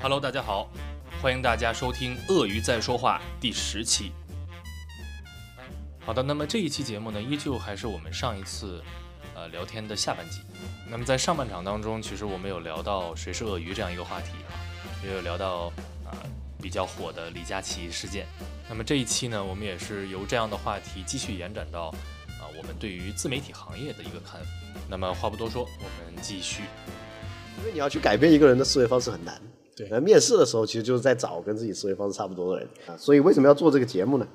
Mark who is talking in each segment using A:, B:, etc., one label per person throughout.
A: Hello，大家好，欢迎大家收听《鳄鱼在说话》第十期。好的，那么这一期节目呢，依旧还是我们上一次呃聊天的下半集。那么在上半场当中，其实我们有聊到谁是鳄鱼这样一个话题啊，也有聊到啊、呃比较火的李佳琦事件。那么这一期呢，我们也是由这样的话题继续延展到啊、我们对于自媒体行业的一个看法。那么话不多说，我们继续。
B: 因为你要去改变一个人的思维方式很难。
C: 对
B: 那面试的时候其实就是在找跟自己思维方式差不多的人啊。所以为什么要做这个节目呢？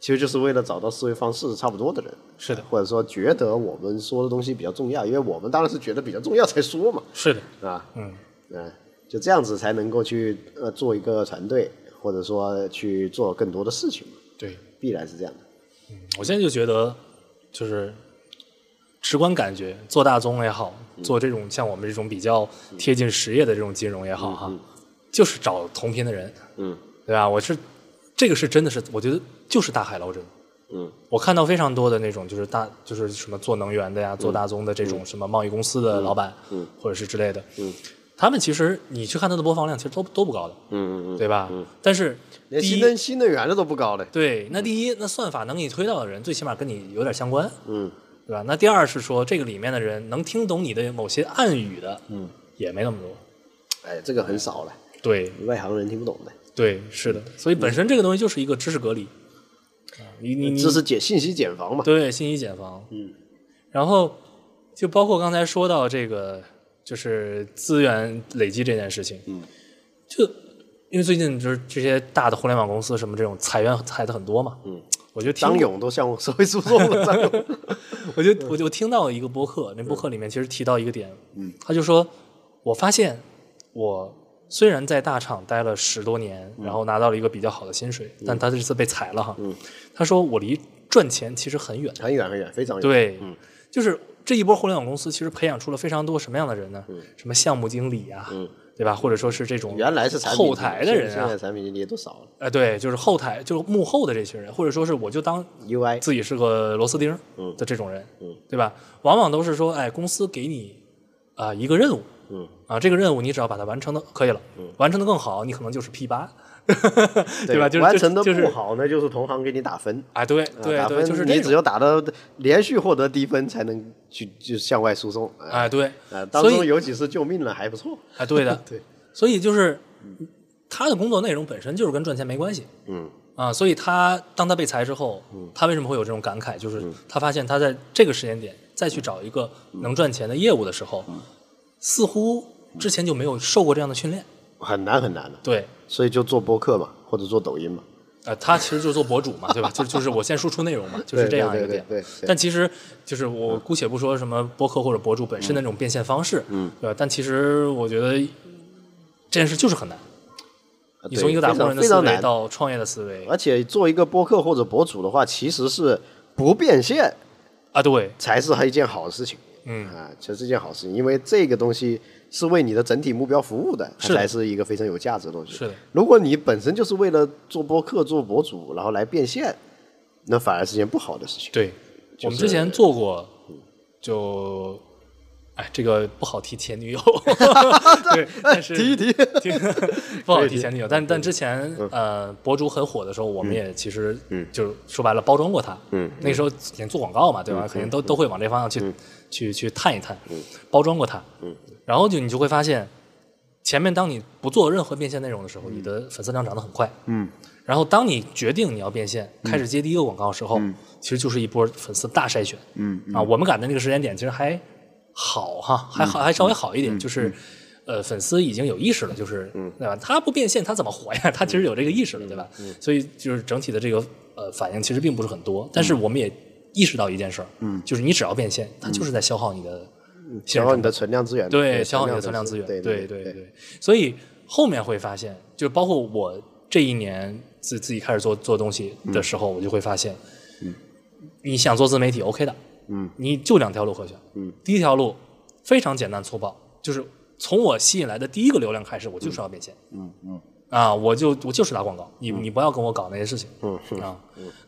B: 其实就是为了找到思维方式差不多的人，
C: 是的，
B: 或者说觉得我们说的东西比较重要，因为我们当然是觉得比较重要才说嘛，
C: 是的，
B: 啊，
C: 嗯，
B: 嗯、就这样子才能够去呃做一个团队，或者说去做更多的事情嘛，
C: 对，
B: 必然是这样的。
C: 我现在就觉得，就是直观感觉，做大宗也好，
B: 嗯
C: 做这种像我们这种比较贴近实业的这种金融也好，哈，就是找同频的人，
B: 嗯
C: 对吧？我是这个是真的是，我觉得就是大海捞针。
B: 嗯
C: 我看到非常多的那种，就是大就是什么做能源的呀，做大宗的这种什么贸易公司的老板，
B: 嗯
C: 或者是之类的，
B: 嗯
C: 他们其实你去看他的播放量，其实都都不高的，
B: 嗯嗯嗯，
C: 对吧？但是
B: 连
C: 第
B: 新
C: 一
B: 能新能源的都不高嘞。
C: 对，那第一，那算法能给你推到的人，最起码跟你有点相关，
B: 嗯
C: 对吧？那第二是说，这个里面的人能听懂你的某些暗语的，
B: 嗯，
C: 也没那么多。
B: 哎，这
C: 嗯
B: 个很少了，
C: 对
B: 外行人听不懂的。
C: 对，是的。所以本身这个东西就是一个知识隔离，啊你你你
B: 知识茧信息茧房嘛。
C: 对信息茧房，
B: 嗯，
C: 然后就包括刚才说到这个，就是资源累积这件事情，
B: 嗯，
C: 就因为最近就是这些大的互联网公司什么这种裁员裁的很多嘛，
B: 嗯，
C: 我就听
B: 张勇都向社会诉讼了，张勇。
C: 我就我就听到一个播客，那播客里面其实提到一个点，嗯，他就说，我发现我虽然在大厂待了十多年，
B: 嗯
C: 然后拿到了一个比较好的薪水，但他这次被裁了哈，嗯，他说我离赚钱其实很远，
B: 很远很远，非常远。，
C: 对，就是这一波互联网公司其实培养出了非常多什么样的人呢？什么项目经理啊，对吧？或者说是这种
B: 嗯原来是产品
C: 后台的人
B: 现在
C: 啊，
B: 产品经理也都少了
C: 呃，对，就是后台就是幕后的这群人，或者说是我就当
B: ，UI
C: 自己是个螺丝钉儿
B: 嗯
C: 的这种人，
B: 嗯
C: 对吧？往往都是说，哎，公司给你啊、一个任务，
B: 嗯
C: 啊，这个任务你只要把它完成的可以了，完成的更好，你可能就是 P 八， 对吧？就是
B: 完成的
C: 就是
B: 不好呢，就是同行给你打分。
C: 啊，对
B: 啊
C: 对
B: 打
C: 对，
B: 分
C: 就是
B: 你
C: 这
B: 只
C: 种
B: 有打到连续获得低分，才能去就向外诉讼。
C: 啊，对
B: 啊，当
C: 所
B: 中
C: 以
B: 有几次救命了，还不错。，
C: 啊，对的
B: 对，
C: 所以就是他的工作内容本身就是跟赚钱没关系
B: 嗯
C: 啊，所以他当他被裁之后，他为什么会有这种感慨？就是
B: 嗯
C: 他发现他在这个时间点再去找一个能赚钱的业务的时
B: 嗯
C: 候，似乎之前就没有受过这样的训练。
B: 很难很难的，
C: 对，
B: 所以就做播客嘛，或者做抖音嘛。
C: 呃，他其实就是做博主嘛，对吧？就就是我先输出内容嘛，就是
B: 对
C: 这样一
B: 对
C: 个
B: 对
C: 点。
B: 对对嗯对
C: 但其实就是我姑且不说什么播客或者博主本身的那种变现方式，
B: 嗯，
C: 对吧？但其实我觉得这件事就是很难。
B: 啊
C: 你
B: 对
C: 从一个打
B: 非常
C: 工人的
B: 非
C: 思
B: 常
C: 维
B: 难，呃
C: 到创业的思维
B: 而且做一个播客或者博主的话，其实是不变现
C: 啊，对，
B: 才是一件好事情。
C: 嗯
B: 啊，这是件好事情，因为这个东西是为你的整体目标服务的，它
C: 是的
B: 才是一个非常有价值的东西。
C: 是的，
B: 如果你本身就是为了做播客、做博主，然后来变现，那反而是件不好的事情。
C: 对，
B: 就
C: 我们之前
B: 是嗯
C: 做过，就哎，这个不好提前 女友，对，但是
B: 哎提一嗯提，
C: 挺 不好提前女友，但但之前呃博主很火的时候，我们也其实就是说白了包装过他，
B: 嗯，
C: 那时候肯定做广告嘛，对吧？肯定都都会往这方向去去去探一探，包装过他，嗯，然后就你就会发现，前面当你不做任何变现内容的时候，你的粉丝量涨得很快，
B: 嗯，
C: 然后当你决定你要变现，开始接第一个广告的时候，其实就是一波粉丝大筛选，
B: 嗯
C: 啊，我们赶的那个时间点其实还好哈，还
B: 嗯
C: 好、还稍微好一点，就是。呃，粉丝已经有意识了，就是，
B: 嗯
C: 对吧？他不变现，他怎么活呀？他其实有这个意识了，对吧？
B: 嗯
C: 所以就是整体的这个呃反应其实并不是很多，但
B: 嗯
C: 是我们也意识到一件事儿，嗯，就是你只要变现，它就是在消耗你的信
B: 消
C: 任
B: 耗
C: 成
B: 你的存量资源，
C: 对，消耗你的存量资源，
B: 对
C: 对
B: 对
C: 对。所以后面会发现，就包括我这一年自自己开始做做东西的时候，我就会发现，你想做自媒体 OK 的，
B: 嗯，
C: 你就两条路可选，
B: 嗯，
C: 第一条路非常简单粗暴，就是从我吸引来的第一个流量开始，我就是要变现，嗯嗯，啊，我就我就是打广告，你你不要跟我搞那些事情，
B: 嗯
C: 啊，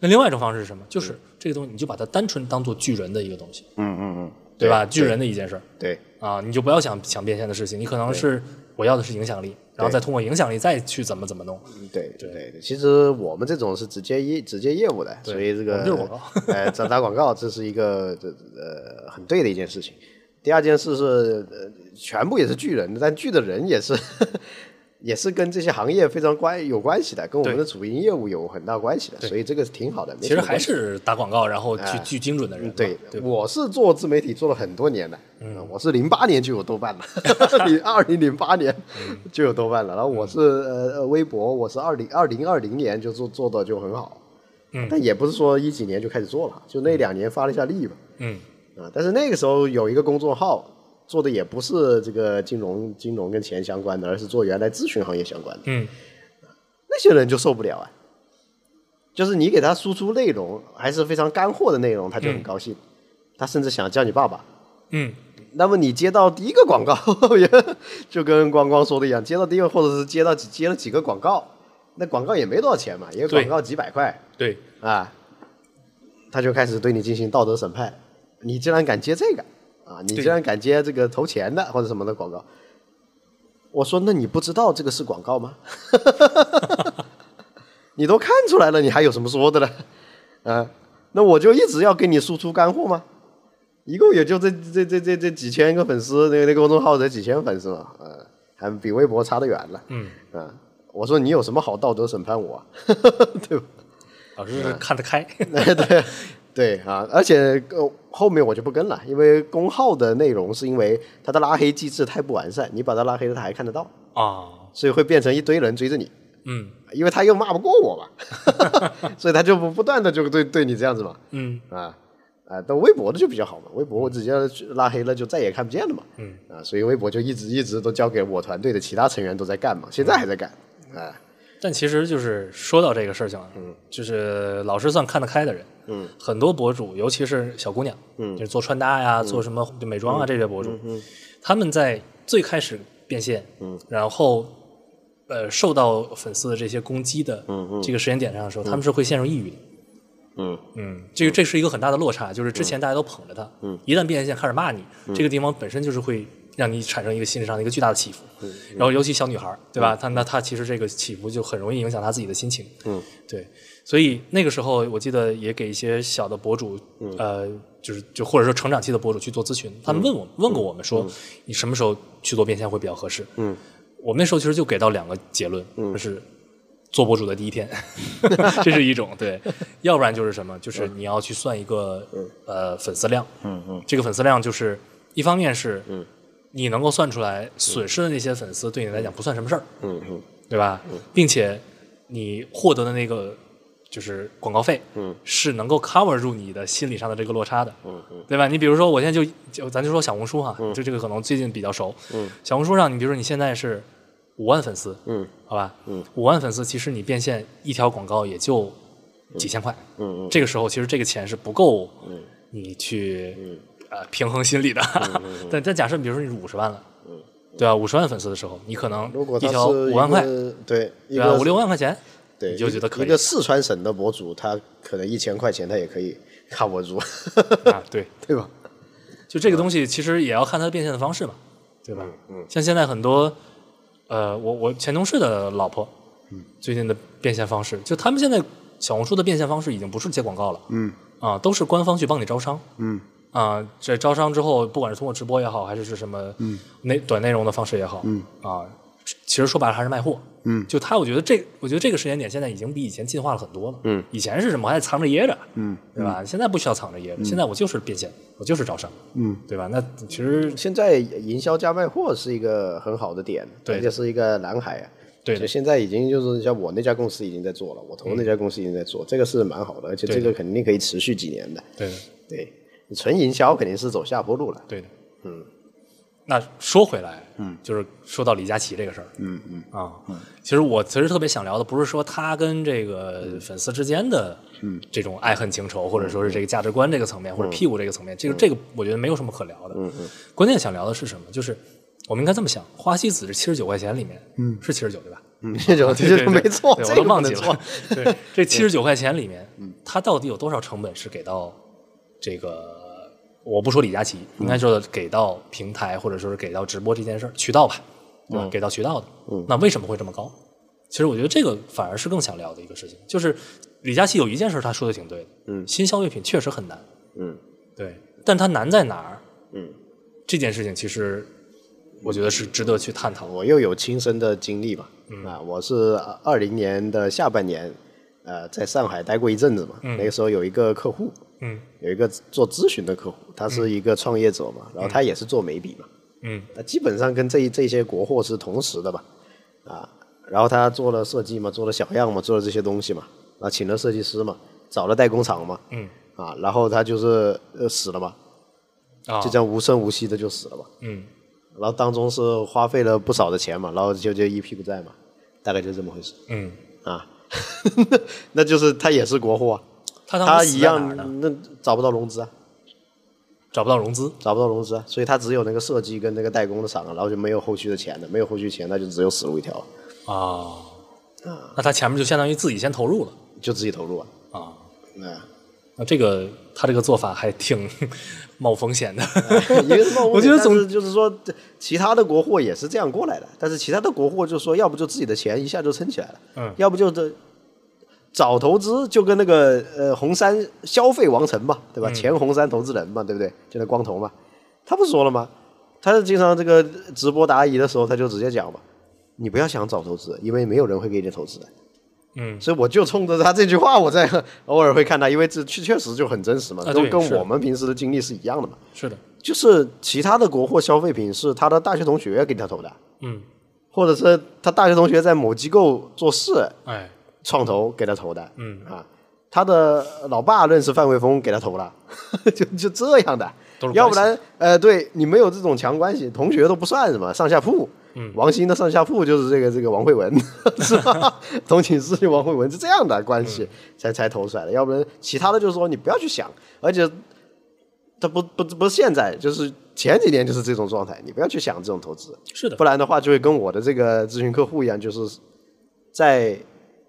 C: 那另外一种方式是什么？就是这个东西你就把它单纯当做巨人的一个东西，
B: 嗯嗯嗯，
C: 对吧？巨人的一件事儿。
B: 对，
C: 啊，你就不要想想变现的事情，你可能是我要的是影响力，然后再通过影响力再去怎么怎么弄。
B: 对对对，其实我们这种是直接业直接业务的，
C: 对
B: 所以
C: 我
B: 这个
C: 们就是广告
B: 呃，咱打广告这是一个这呃很对的一件事情。第二件事是，呃，全部也是巨人，但巨的人也是 也是跟这些行业非常关有关系的，跟我们的主营业务有很大关系的，所以这个是挺好的。没
C: 其
B: 什
C: 实
B: 么
C: 还
B: 关系
C: 是打广告，然后去巨精准的人嘛。
B: 对，
C: 对吧，
B: 我是做自媒体做了很多年的，嗯，我是零八年就有豆 瓣了，零二零零八年
C: 嗯
B: 就有豆瓣了，然后我是呃呃微博，我是二零二零二零年就做做的就很好，
C: 嗯
B: 但也不是说一几年就开始做了，就那两年发了一下力吧，
C: 嗯，
B: 啊，但是那个时候有一个公众号做的也不是这个金融金融跟钱相关的，而是做原来咨询行业相关的，
C: 嗯，
B: 那些人就受不了啊。就是你给他输出内容还是非常干货的内容，他就很高兴，他甚至想叫你爸爸。
C: 嗯，
B: 那么你接到第一个广告，也就跟光光说的一样，接到第一个或者是接到几接了几个广告，那广告也没多少钱嘛，一个
C: 对
B: 广告几百块
C: 对，
B: 啊，他就开始对你进行道德审判，你竟然敢接这个啊，你
C: 对
B: 竟然敢接这个投钱的或者什么的广告，我说那你不知道这个是广告吗？ 你都看出来了，你还有什么说的呢？啊，那我就一直要给你输出干货吗？一共也就这这这这这几千个粉丝，那个那个公众号才几千粉丝嘛，呃，还比微博差得远了。嗯啊、我说你有什么好道德审判我啊、 对吧？
C: 老师
B: 嗯
C: 看得开。
B: 对对啊，而且、呃、后面我就不跟了，因为公号的内容是因为它的拉黑机制太不完善，你把它拉黑了，他还看得到，
C: 啊，
B: 所以会变成一堆人追着你。
C: 嗯
B: 因为他又骂不过我嘛， 所以他就不不断的就对对你这样子嘛，
C: 嗯
B: 啊啊，但微博的就比较好嘛，微博我直接拉黑了就再也看不见了嘛，嗯啊，所以微博就一直一直都交给我团队的其他成员都在干嘛，现在还在干，
C: 嗯
B: 啊，
C: 但其实就是说到这个事情啊，就是老师算看得开的人，嗯，很多博主，尤其是小姑娘，嗯，就是做穿搭呀，做什么美妆啊这些博主，嗯，他们在最开始变现，嗯，然后呃受到粉丝的这些攻击的这个时间点上的时候，他们是会陷入抑郁的。
B: 嗯
C: 嗯，这个这是一个很大的落差，就是之前大家都捧着他，嗯，一旦变现开始骂你，这个地方本身就是会让你产生一个心理上的一个巨大的起伏，然后尤其小女孩儿，对吧？她那她其实这个起伏就很容易影响她自己的心情，嗯，对，所以那个时候我记得也给一些小的博主，呃，就是就或者说成长期的博主去做咨询，他们问我问过我们说，你什么时候去做变现会比较合适？嗯，我们那时候其实就给到两个结论，就是做博主的第一天， 这是一种对，要不然就是什么，就是你要去算一个呃粉丝量，嗯嗯，这个粉丝量就是一方面是，嗯，你能够算出来损失的那些粉丝对你来讲不算什么事儿，
B: 嗯嗯
C: 对吧？并且你获得的那个就是广告费，嗯，是能够 cover 住你的心理上的这个落差的，嗯嗯，对吧？你比如说，我现在就就咱就说小红书
B: 嗯
C: 哈，就这个可能最近比较熟，嗯，小红书上，你比如说你现在是五万粉丝，
B: 嗯，
C: 好吧，嗯，五万粉丝，其实你变现一条广告也就几千块，
B: 嗯嗯嗯
C: 这个时候其实这个钱是不够你去、呃平衡心理的。
B: 嗯
C: 但但假设比如说你是五十万了，对吧、五十万粉丝的时候，你可能
B: 如果
C: 一
B: 他
C: 条
B: 是
C: 五万块，
B: 一个对一
C: 对吧？
B: 个
C: 五六万块钱，
B: 对
C: 你就觉得可
B: 一
C: 以
B: 个四川省的博主，他可能一千块钱他也可 以 cover 住，
C: 啊，对，
B: 对吧？
C: 就这个东西其实也要看它的变现的方式嘛，对吧？嗯，像现在很多呃，我我前同事的老婆，嗯，最近的变现方式，就他们现在小红书的变现方式已经不是接广告了，嗯，啊，都是官方去帮你招商，嗯。啊，这招商之后，不管是通过直播也好，还是是什么内短内容的方式也好，嗯啊，其实说白了还是卖货，嗯，就他，我觉得这，我觉得这个时间点现在已经比以前进化了很多了，嗯，以前是什么还藏着掖着，嗯，对吧？现在不需要藏着掖着，现在我就是变现，我就是招商，嗯，对吧？那其实
B: 现在营销加卖货是一个很好的点，
C: 对
B: 而且是一个蓝海啊。
C: 对
B: 就现在已经就是像我那家公司已经在做了，我投的那家公司已经在做，这个是蛮好的，而且
C: 对
B: 这个肯定可以持续几年的。
C: 对的，
B: 对，纯营销肯定是走下坡路了。
C: 对的，嗯。那说回来，嗯，就是说到李佳琦这个事儿，嗯嗯啊，其实我其实特别想聊的不是说他跟这个粉丝之间的，嗯，这种爱恨情仇，或者说是这个价值观这个层面，或者屁股这个层面，这个这个我觉得没有什么可聊嗯的，嗯嗯。关键想聊的是什么？就是我们应该这么想，花西子是七十九块钱里面，嗯，是七十九对吧？
B: 嗯， 这种
C: 对
B: 这
C: 对
B: 种
C: 对
B: 没错，
C: 对
B: 这
C: 我
B: 个
C: 都
B: 不
C: 忘记
B: 能
C: 了
B: 错。 嗯
C: 对，这七十九块钱里面，它到底有多少成本是给到这个？
B: 嗯
C: 我不说李佳琦，应该说给到平台或者说是给到直播这件事儿渠道吧，对
B: 嗯
C: 吧？给到渠道的，那为什么会这么高？其实我觉得这个反而是更想聊的一个事情，就是李佳琦有一件事他说的挺对的，
B: 嗯
C: 新消费品确实很难，
B: 嗯
C: 对，但它难在哪儿？
B: 嗯，
C: 这件事情其实我觉得是值得去探讨的。
B: 我又有亲身的经历嘛，
C: 嗯
B: 啊，我是二零年的下半年，呃，在上海待过一阵子嘛，那个时候有一个客户，
C: 嗯
B: 有一个做咨询的客户，他是一个创业者嘛，然后他也是做眉笔嘛，
C: 嗯
B: 那基本上跟这这些国货是同时的吧，啊，然后他做了设计嘛，做了小样嘛，做了这些东西嘛，啊，请了设计师嘛，找了代工厂嘛，
C: 嗯
B: 啊，然后他就是呃死了嘛，
C: 啊，
B: 就这样无声无息的就死了嘛，
C: 嗯
B: 然后当中是花费了不少的钱嘛，然后就就一屁股债嘛，大概就这么回事
C: 嗯，
B: 啊， 那就是他也是国货啊，
C: 他当
B: 他
C: 时
B: 一
C: 死在哪儿
B: 样
C: 呢？
B: 那找不到融资啊。
C: 找不到融资，
B: 找不到融资，啊，所以他只有那个设计跟那个代工的厂，然后就没有后续的钱了，没有后续钱，那就只有死路一条，
C: 啊，
B: 嗯
C: 那他前面就相当于自己先投入了
B: 就自己投入啊。
C: 啊。
B: 嗯，
C: 那这个他这个做法还挺 冒风险的，
B: 一个是冒
C: 我觉得
B: 但
C: 总
B: 是就是说，其他的国货也是这样过来的，但是其他的国货就说，要不就自己的钱一下就撑起来了，
C: 嗯
B: 要不就这找投资，就跟那个呃红杉消费王城嘛，对吧？
C: 嗯
B: 前红杉投资人嘛，对不对？就那光头嘛，他不说了吗？他经常这个直播答疑的时候，他就直接讲嘛，你不要想找投资，因为没有人会给你投资的。
C: 嗯，
B: 所以我就冲着他这句话，我在 偶尔会看他，因为这确确实就很真实嘛，
C: 啊
B: 都
C: 对
B: 跟
C: 是
B: 我们平时的经历是一样的嘛。
C: 是的，
B: 就是其他的国货消费品是他的大学同学给他投的，
C: 嗯，
B: 或者是他大学同学在某机构做事
C: 哎，
B: 创投给他投的，嗯啊，他的老爸认识范伟峰给他投了， 就就这样的
C: 都是关系，
B: 要不然呃，对你没有这种强关系，同学都不算什么上下铺。嗯，王兴的上下铺就是这个这个王慧文， 是吧？同寝室的王慧文是这样的关
C: 嗯
B: 系才才投出来的，要不然其他的就是说你不要去想，而且他不不不是现在，就是前几年就是这种状态，你不要去想这种投资，
C: 是的
B: 不，然的话就会跟我的这个咨询客户一样，就是在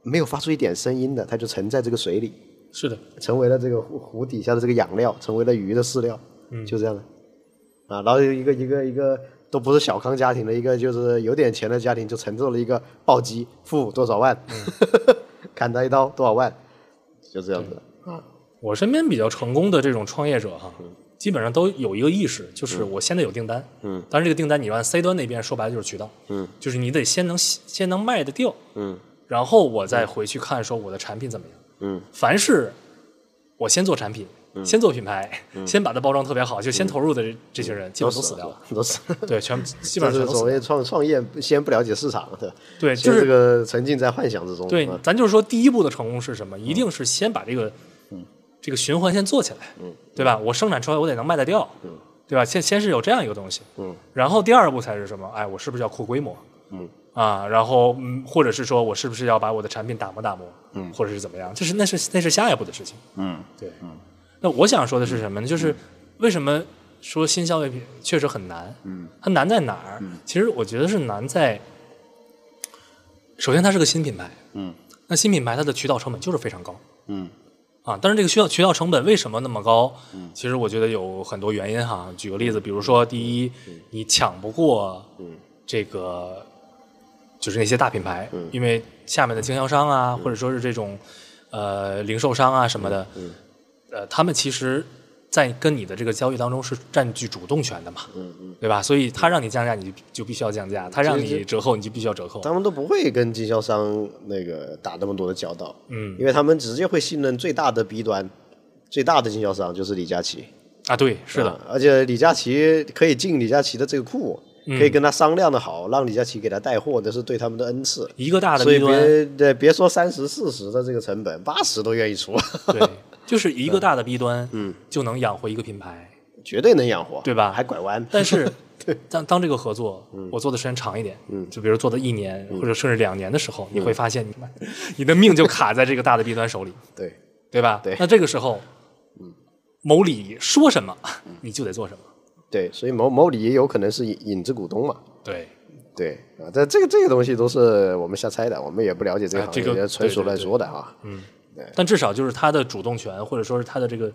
B: 没有发出一点声音的，它就沉在这个水里，
C: 是的，
B: 成为了这个湖湖底下的这个养料，成为了鱼的饲料，
C: 嗯
B: 就这样的啊。然后一个一个一个都不是小康家庭的一个，就是有点钱的家庭，就承受了一个暴击，付多少万，
C: 嗯
B: 砍他一刀多少万，就这样子的。
C: 我身边比较成功的这种创业者哈，基本上都有一个意识，就是我现在有订单，
B: 嗯，
C: 但是这个订单你按 C 端那边说白了就是渠道，
B: 嗯，
C: 就是你得先能先能卖得掉，
B: 嗯
C: 然后我再回去看说我的产品怎么样。
B: 嗯
C: 凡是我先做产品，先做品牌，先把它包装特别好，就先投入的这这些人，基本都死掉了。，
B: 嗯都死了。
C: 对，全基
B: 这
C: 本上
B: 是
C: 全都死
B: 所
C: 掉了。
B: 谓创创业，先不了解市场的，
C: 对
B: 先
C: 就是
B: 这个沉浸在幻想之中。
C: 对
B: 嗯，
C: 咱就是说，第一步的成功是什么？一定是先把这个
B: 嗯
C: 这个循环先做起来，对吧？我生产出来，我得能卖得掉，对吧？先先是有这样一个东西，
B: 嗯
C: 然后第二步才是什么？哎，我是不是要扩规模？
B: 嗯
C: 啊，然后嗯，或者是说我是不是要把我的产品打磨打磨，嗯，或者是怎么样？这是那是那是下一步的事情。
B: 嗯
C: 对，那我想说的是什么呢？就是为什么说新消费品确实很难？嗯，它难在哪儿？
B: 嗯
C: 其实我觉得是难在，首先它是个新品牌，
B: 嗯，
C: 那新品牌它的渠道成本就是非常高
B: 嗯
C: 啊。但是这个渠道渠道成本为什么那么高？嗯，其实我觉得有很多原因哈。举个例子，比如说第一，你抢不过
B: 嗯
C: 这个就是那些大品牌，
B: 嗯
C: 因为下面的经销商啊，或者说是这种呃零售商啊什么的，
B: 嗯
C: 呃，他们其实，在跟你的这个交易当中是占据主动权的嘛，
B: 嗯嗯，
C: 对吧？所以他让你降价，你就就必须要降价；他让
B: 其实
C: 你折扣，你就必须要折扣。
B: 他们都不会跟经销商那个打那么多的交道，
C: 嗯
B: 因为他们直接会信任最大的 B 端，最大的经销商就是李佳琦。
C: 啊，对，是的，
B: 啊而且李佳琦可以进李佳琦的这个库，
C: 嗯
B: 可以跟他商量的好，让李佳琦给他带货，这是对他们的恩赐。
C: 一个大的
B: 所以
C: B 端，
B: 别对别说三十四十的这个成本，八十都愿意出，
C: 对，就是一个大的 B 端，嗯，就能养活一个品牌。
B: 绝对能养活，
C: 对吧
B: 还拐弯，
C: 但是，当当这个合作我做的时间长一点，就比如做到一年或者甚至两年的时候，你会发现你妈你的命就卡在这个大的 B 端手里，
B: 对，
C: 对吧？
B: 对
C: 那这个时候，某李说什么，你就得做什么。
B: 对，所以某某里也有可能是引引子股东嘛。
C: 对，
B: 对啊，但这个这个东西都是我们瞎猜的，我们也不了解这个
C: 啊
B: 行
C: 这
B: 业，
C: 个
B: 也纯属
C: 对对
B: 乱
C: 对嗯
B: 说的啊。
C: 但至少就是他的主动权，或者说是他的这个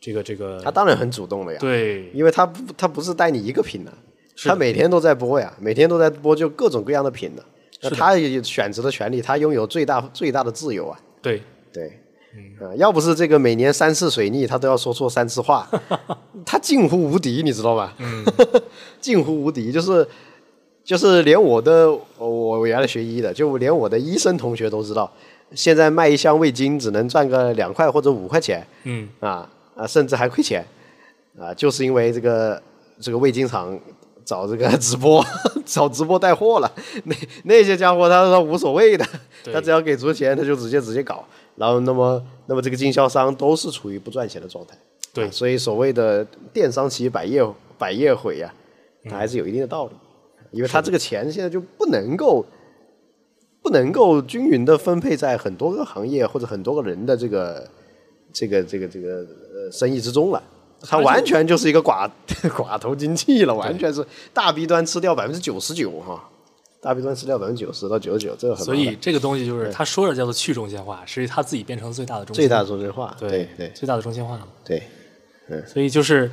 C: 这个这
B: 他
C: 个，
B: 当然很主动了呀，
C: 对
B: 因为他不他不是带你一个品的，
A: 是
B: 他
A: 的
B: 每天都在播呀，每天都在播，就各种各样的品的。那
A: 是的
B: 他也有选择的权利，他拥有最大最大的自由啊。
A: 对，
B: 对，呃，要不是这个每年三次水逆，他都要说错三次话，他近乎无敌，你知道吧？嗯， 近乎无敌，就是就是连我的我我原来学医的，就连我的医生同学都知道，现在卖一箱味精只能赚个两块或者五块钱
A: 嗯，
B: 啊啊，甚至还亏钱啊，就是因为这个这个味精厂。找这个 直播，找直播带货了。那那些家伙，他说无所谓的，
A: 对
B: 他只要给足钱，他就直接直接搞。然后，那么那么这个经销商都是处于不赚钱的状态。
A: 对
B: 啊所以所谓的电商起百业百业毁呀、它还是有一定的道理，因为他这个钱现在就不能够不能够均匀的分配在很多个行业或者很多个人的这个这个这个这个呃生意之中了。它完全就是一个寡 寡头经济了，完全是大 B 端吃掉百分之九十九哈，大 B 端吃掉百分之九十到九十九，这个很
C: 所
B: 麻
C: 以
B: 烦
C: 这个东西就是他说着叫做去中心化，实际他自己变成最大的中心
B: 最
C: 化
B: 大的说这话，对
C: 对
B: 对
C: 最大的中心化了。
B: 对，
C: 所以就是，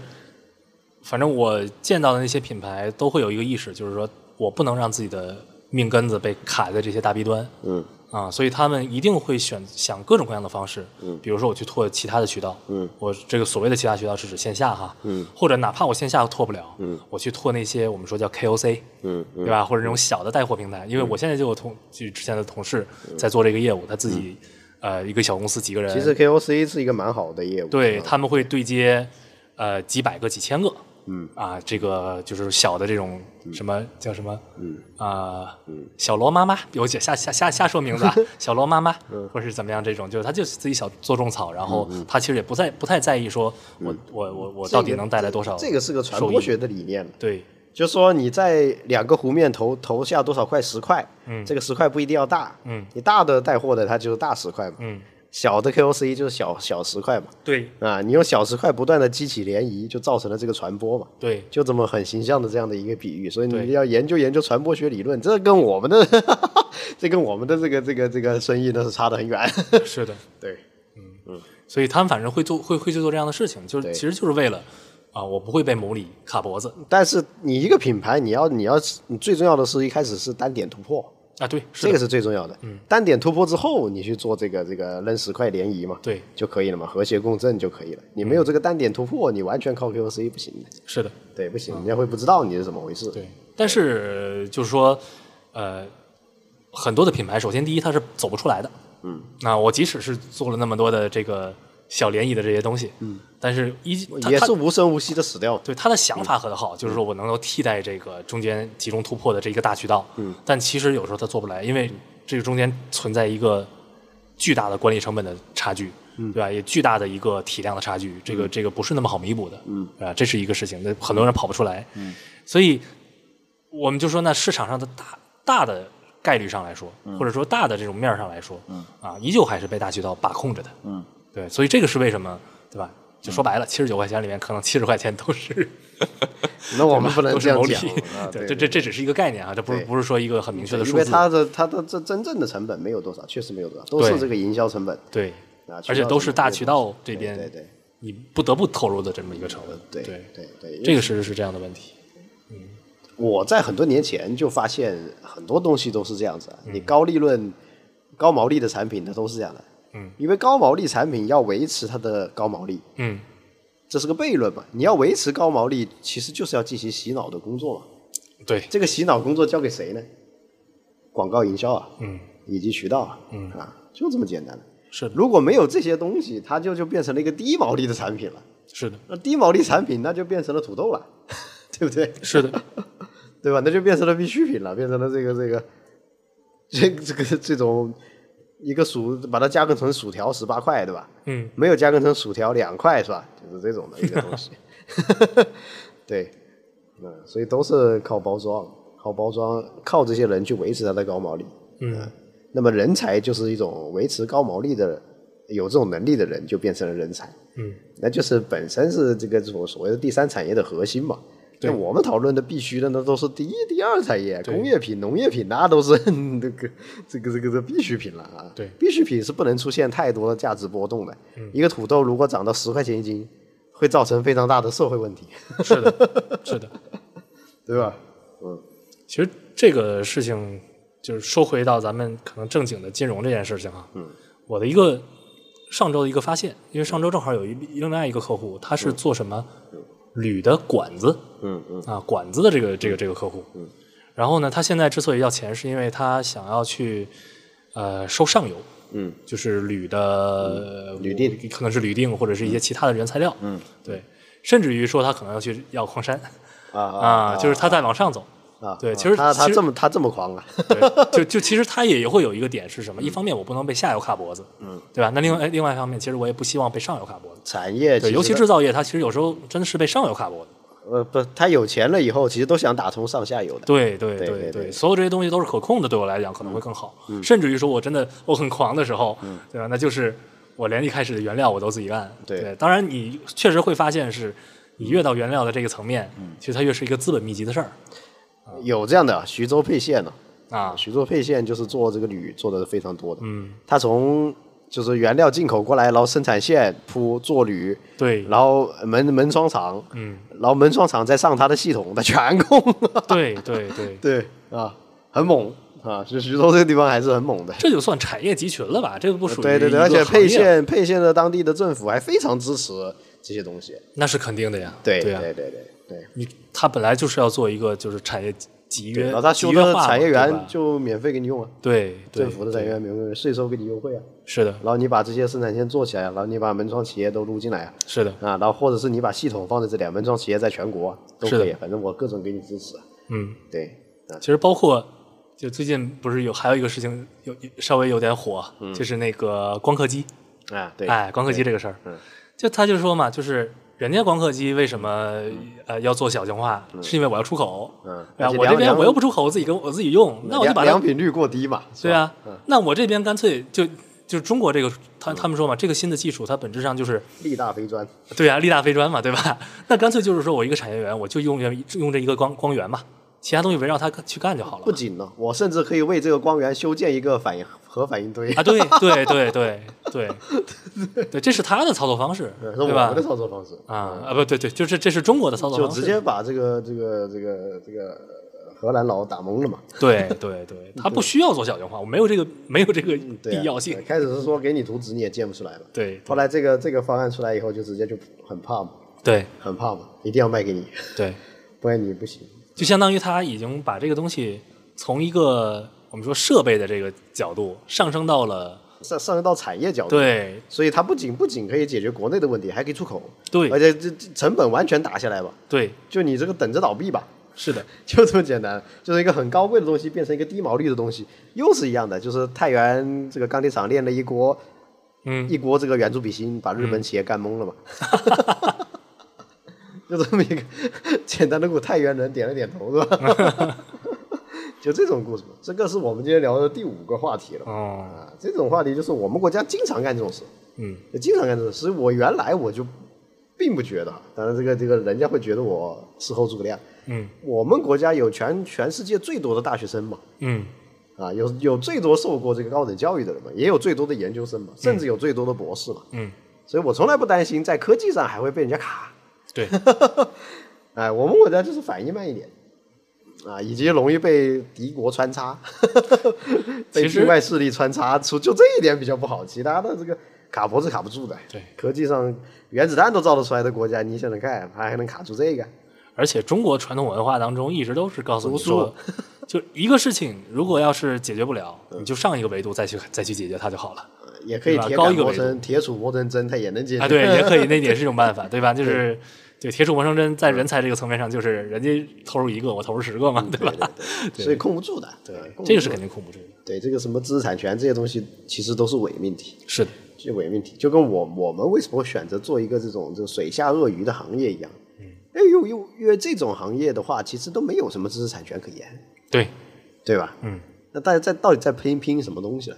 C: 反正我见到的那些品牌都会有一个意识，就是说我不能让自己的命根子被卡在这些大弊端。
B: 嗯
C: 啊，所以他们一定会选想各种各样的方式，嗯，比如说我去拓其他的渠道，
B: 嗯，
C: 我这个所谓的其他渠道是指线下哈，嗯，或者哪怕我线下拓不了，嗯，我去拓那些我们说叫 KOC，
B: 嗯
C: 对吧？或者那种小的带货平台，因为我现在就有同就之前的同事在做这个业务，他自己呃一个小公司几个人，
B: 嗯其实 KOC 是一个蛮好的业务，
C: 对
B: 啊
C: 他们会对接呃几百个、几千个，嗯啊，这个就是小的这种什么叫什么，嗯啊，
B: 嗯
C: 小罗妈妈，我写瞎瞎瞎瞎说名字 啊，小罗妈妈，
B: 嗯
C: 或是怎么样这种，就是他就是自己小做种草，然后他其实也不在不太在意说我我我我
B: 嗯这个
C: 到底能带来多少
B: 这个是个传
C: 收
B: 播
C: 益
B: 学的理念了，
C: 对
B: 就说你在两个湖面投投下多少块石块，
A: 嗯
B: 这个石块不一定要大，
A: 嗯，
B: 你大的带货的它就是大石块嘛，
A: 嗯，
B: 小的 KOC 就是小小石块嘛，
A: 对
B: 啊，你用小石块不断的激起涟漪，就造成了这个传播嘛，
A: 对，
B: 就这么很形象的这样的一个比喻，所以
A: 对
B: 你要研究研究传播学理论，这跟我们的 这跟我们的这个这个这个生意呢是差得很远，
A: 是的，
B: 对，
C: 所以他们反正会做会会去做这样的事情，就是
B: 对
C: 其实就是为了啊、我不会被某里卡脖子
B: 但是你一个品牌，你要你要你最重要的是一开始是单点突破，
C: 啊，对，是
B: 这
C: 的嗯
B: 个是最重要的。单点突破之后，你去做这个这个扔石块联谊嘛，
C: 对嗯
B: 就可以了嘛，和谐共振就可以了。你没有这个单点突破，你完全靠 KOC 不行的，
C: 是的。
B: 对，不行，人家会不知道你是怎么回事。
C: 嗯对，但是呃就是说，呃，很多的品牌，首先第一，它是走不出来的。嗯，那我即使是做了那么多的这个小联谊的这些东西，嗯，但是一它
B: 也
C: 它
B: 是无声无息的死掉的。
C: 对他的想法很好，就是说我能够替代这个中间集中突破的这一个大渠道。嗯，但其实有时候他做不来，因为这个中间存在一个巨大的管理成本的差距，嗯、对吧？也巨大的一个体量的差距，这个、这个不是那么好弥补的，嗯，对吧？这是一个事情，那很多人跑不出来。嗯，所以我们就说，那市场上的大大的。概率上来说，或者说大的这种面儿上来说，嗯、啊，依旧还是被大渠道把控着的。嗯，对，所以这个是为什么，对吧？就说白了，七十九块钱里面可能七十块钱都是
B: 那我 们不 能
C: 都
B: 这
C: 是
B: 样
C: 牟利
B: 讲啊，，
C: 这这这只是一个概念啊，这不是
B: 对
C: 不是说一个很明确的
B: 因
C: 数
B: 为
C: 字，
B: 它的它的这真正的成本没有多少，确实没有多少，都是
C: 对
B: 这个营销成本
C: 对，
B: 啊，
C: 而且都是大渠道哦这
B: 对对
C: 边
B: 对
C: 你不得不投入的这么一个成本，
B: 对
C: 对，
B: 对对，
C: 这个是是这样的问题，
B: 我在很多年前就发现很多东西都是这样子啊，
A: 嗯
B: 你高利润、高毛利的产品，它都是这样的。
A: 嗯，
B: 因为高毛利产品要维持它的高毛利，
A: 嗯，
B: 这是个悖论嘛。你要维持高毛利，其实就是要进行洗脑的工作嘛。
A: 对，
B: 这个洗脑工作交给谁呢？广告营销啊，
A: 嗯，
B: 以及渠道啊，嗯啊，就这么简单了。
C: 是的，
B: 如果没有这些东西，它就就变成了一个低毛利的产品了。
C: 是的，
B: 那低毛利产品，那就变成了土豆了， 对不对？
C: 是的，
B: 对吧？那就变成了必需品了，变成了这个这个这这个这种一个薯，把它加工成薯条十八块，对吧？
A: 嗯，
B: 没有加工成薯条两块是吧？就是这种的一个东西。对，嗯，所以都是靠包装，靠包装，靠这些人去维持它的高毛利。啊
A: 嗯，
B: 那么人才就是一种维持高毛利的，有这种能力的人就变成了人才。
A: 嗯，
B: 那就是本身是这个所所谓的第三产业的核心嘛。
A: 对
B: 那我们讨论的必须的那都是第一、第二产业，工业品、农业品那都是嗯这个这个这个这必需品了啊。
A: 对嗯
B: 必需品是不能出现太多的价值波动的。一个土豆如果涨 到十块钱一斤，会造成非常大的社会问题。
A: 是的，是的，
B: 对吧？嗯，
C: 其实这个事情就是说回到咱们可能正经的金融这件事情啊，嗯，我的一个上周的一个发现，因为上周正好有一另外一个客户，他是做什么铝的管子，
B: 嗯嗯
C: 啊管子的这个这个这个客户，嗯，然后呢，他现在之所以要钱，是因为他想要去呃收上游，
B: 嗯，
C: 就是铝的
B: 铝锭，
C: 可能是铝锭或者是一些其他的原材料，
B: 嗯，
C: 对，甚至于说他可能要去要矿山
B: 啊
C: 啊，就是他在往上走。
B: 啊，
C: 对
B: 啊
C: 其实
B: 他他
C: 其实
B: 这么他这么狂啊，
C: 对，就就其实他也会有一个点是什
B: 嗯
C: 么？一方面我不能被下游卡脖子，嗯，对吧？那另外另外一方面，其实我也不希望被上游卡脖子。
B: 产业
C: 对，
B: 实
C: 尤其
B: 它
C: 制造业，它其实有时候真的是被上游卡脖子。
B: 呃不，他有钱了以后，其实都想打通上下游的。
C: 对对
B: 对对对嗯
C: 对，所有这些东西都是可控的，对我来讲可能会更好。甚至于说我真的我很狂的时候，对吧？那就是我连一开始的原料我都自己干。
B: 对
C: 对，当然你确实会发现是。你越到原料的这个层面，
B: 嗯
C: 其实它越是一个资本密集的事儿
B: 有这样的徐州沛县呢、
C: 啊。
B: 徐州沛县就是做这个铝做的非常多的。嗯，他从就是原料进口过来，然后生产线铺做铝，
C: 对
B: 然后门门窗厂，嗯，然后门窗厂再上他的系统，他全 控。
C: 对对对，
B: 对啊，很猛啊！就徐州这个地方还是很猛的。
C: 这就算产业集群了吧？这个不属于
B: 对对
C: 一个
B: 对，而且
C: 行业
B: 沛县沛县的当地的政府还非常支持这些东西。
C: 那是肯定的呀，
B: 对
C: 对呀、啊
B: 对对对对。
C: 你他本来就是要做一个就是产业集约，
B: 然后他
C: 集
B: 修
C: 约
B: 的
C: 化嘛
B: 产业
C: 对
B: 园
C: 吧
B: 就免费给你用啊，
C: 对对
B: 政府的产业园免费，税收给你优惠啊。
C: 是的，
B: 然后你把这些生产线做起来，啊然后你把门窗企业都撸进来啊，
C: 是的，
B: 啊，然后或者是你把系统放在这里啊，门窗企业在全国啊都
C: 是
B: 可
C: 的
B: 以，反正我各种给你支持啊。
C: 嗯，
B: 对，啊
C: 其实包括就最近不是有还有一个事情有稍微有点火，就是那个光刻机，
B: 啊，嗯对，
C: 哎，光刻机这个事儿，
B: 嗯
C: 就他就说嘛，就是人家光刻机为什么、呃要做小型化，是因为我要出口，
B: 嗯
C: 哎
B: 而且嗯
C: 我这
B: 良
C: 边
B: 良
C: 我又不出口，我自己跟我自己用，那我就
B: 良
C: 把它
B: 良品率过低嘛，是
C: 对
B: 吧，嗯
C: 啊，那我这边干脆就就是中国这个，他他们说嘛，这个新的技术它本质上就是
B: 力大非专，
C: 对啊，力大非专嘛，对吧？ 那干脆就是说我一个产业园，我就用原用这一个光光源嘛，其他东西围绕它去干就好了
B: 不
C: 嘛。
B: 仅呢，我甚至可以为这个光源修建一个反应核反应堆
C: 啊，，对对对对对 对，这是他的操作方式，
B: 是我
C: 对吧
B: 们的？操作方式，
C: 啊啊，不对对，就是这是中国的操作
B: 就
C: 方
B: 直
C: 式，
B: 接把这个这个这个这个呃荷兰佬打懵了嘛。
C: 对对 对，他不需要做小型化，我没有这个没有这个
B: 对啊
C: 必要性
B: 呃，开始是说给你图纸你也建不出来嘛，
C: 对
B: 后来这个这个方案出来以后，就直接就很怕嘛，
C: 对
B: 很怕嘛，一定要卖给你，
C: 对，
B: 不然你不行。
C: 就相当于他已经把这个东西从一个我们说设备的这个角度上升到了
B: 上上升到产业角度，
C: 对
B: 所以它不仅不仅可以解决国内的问题，还可以出口，而
C: 对
B: 且这这成本完全打下来吧，
C: 对，
B: 就你这个等着倒闭吧，
C: 是的，
B: 就这么简单，就是一个很高贵的东西变成一个低毛利的东西，又是一样的，就是太原这个钢铁厂练了一锅
C: 嗯，
B: 一锅这个圆珠笔芯，把日本企业干懵了嘛。就这么一个简单的故事，太原人点了点头，是吧？ 就这种故事嘛，这个是我们今天聊的第五个话题了
C: 哦，
B: 啊。这种话题就是我们国家经常干这种事，
C: 嗯，
B: 就经常干这种事。我原来我就并不觉得，当然这个这个人家会觉得我事后诸葛亮。
C: 嗯，
B: 我们国家有全全世界最多的大学生嘛，
C: 嗯，
B: 啊，有有最多受过这个高等教育的人嘛，也有最多的研究生嘛，甚至有最多的博士嘛。
C: 嗯，
B: 所以我从来不担心在科技上还会被人家卡。
C: 对，
B: 哎，我们国家就是反应慢一点，啊，以及容易被敌国穿插， 被
C: 其实
B: 境外势力穿插出，就这一点比较不好，其他的这个卡脖子卡不住的。
C: 对，
B: 科技上原子弹都造得出来的国家，你想想看，还还能卡住这个？啊
C: 而且中国传统文化当中一直都是告诉你说，就一个事情，如果要是解决不了，你就上一个维度再去再去解决它就好了。
B: 呃也可以
C: 对吧
B: 铁
C: 高
B: 杆
C: 一个
B: 磨
C: 维度
B: 成铁杵磨成针，它也能解决。
C: 啊，对，也 可以，那也是一种办法，对嗯吧？就是对铁杵磨成针，在人才这个层面上，就是人家投入一个，我投入十个嘛，嗯对吧？
B: 所以控不住的。对，控
C: 这个是肯定控不住的。
B: 对这个什么知识产权这些东西，其实都是伪命题，
C: 是的，
B: 这伪命题就跟我我们为什么会选择做一个这种就水下鳄鱼的行业一样。哎，又又因为这种行业的话，其实都没有什么知识产权可言，
C: 对，
B: 对吧？
C: 嗯，
B: 那大家在到底在拼拼什么东西了？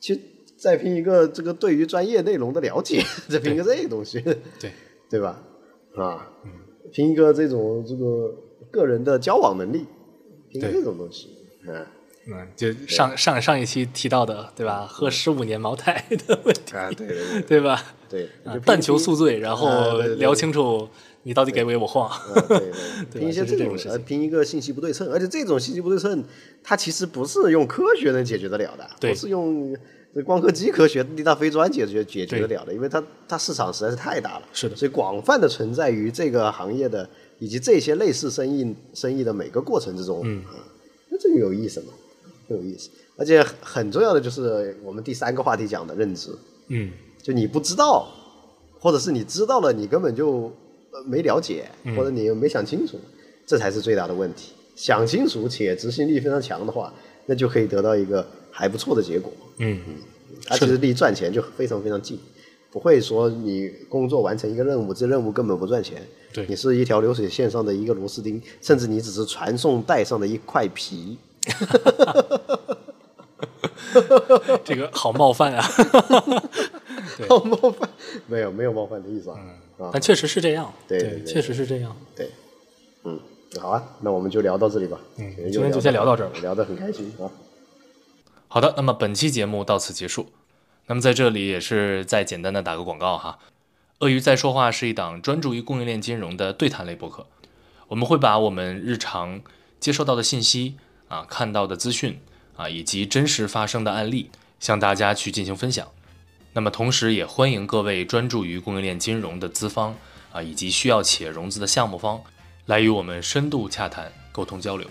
B: 其实在拼一个这个对于专业内容的了解，在拼一个这个东西，
C: 对，
B: 对吧？啊，拼一个这种这个个人的交往能力，拼
C: 对
B: 这种东西，嗯。
C: 嗯，就上上上一期提到的，对吧？喝十五年茅台的问题，
B: 啊，对对对
C: 对吧？
B: 对，
D: 啊
B: 就
D: 但求
B: 拼
D: 宿醉，然
B: 啊
D: 后
B: 对对对
D: 聊清楚你到底给不给我晃。
B: 啊对对
D: 对
B: 拼一
D: 吧
B: 些
D: 就是这
B: 这
D: 种
B: 种
D: 事
B: 呃
D: 情
B: 拼一个信息不对称，而且这种信息不对称，它其实不是用科学能解决得了的，
D: 对
B: 不是用这光刻机科学、地大飞砖解决解决得
D: 对
B: 了的，因为它它市场实在是太大了，
D: 是的
B: 所以广泛的存在于这个行业的以及这些类似生意生意的每个过程之中，嗯，那这就有意思嘛，很有意思，而且很很重要的就是我们第三个话题讲的认知，
D: 嗯
B: 就你不知道，或者是你知道了，你根本就呃没了解，
D: 嗯
B: 或者你没想清楚，这才是最大的问题。想清楚且执行力非常强的话，那就可以得到一个还不错的结果。
D: 嗯，
B: 它其实离赚钱就非常非常近，不会说你工作完成一个任务，这任务根本不赚钱。
D: 对
B: 你是一条流水线上的一个螺丝钉，甚至你只是传送带上的一块皮。
D: 这个好冒犯啊，
B: 好冒犯？没有没有冒犯的意思啊。啊，
D: 嗯但确实是这样。
B: 对对对
D: 确实是这样。
B: 对，嗯，好啊，那我们就聊到这里吧。
D: 嗯
B: 其实
D: 今天就先聊到这儿吧
B: 聊得很开心啊。
C: 好的，那么本期节目到此结束。那么在这里也是再简单的打个广告哈，《鳄鱼在说话》是一档专注于供应链金融的对谈类播客，我们会把我们日常接收到的信息啊、看到的资讯啊，以及真实发生的案例，向大家去进行分享。那么同时也欢迎各位专注于供应链金融的资方啊，以及需要企业融资的项目方，来与我们深度洽谈、沟通交流。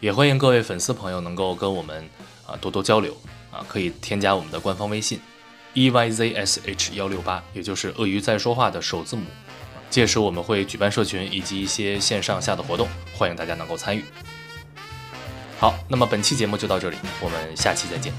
C: 也欢迎各位粉丝朋友能够跟我们啊多多交流啊，可以添加我们的官方微信 e y z s h 幺六八，也就是鳄鱼在说话的首字母。届时我们会举办社群以及一些线上下的活动，欢迎大家能够参与。好，那么本期节目就到这里，我们下期再见，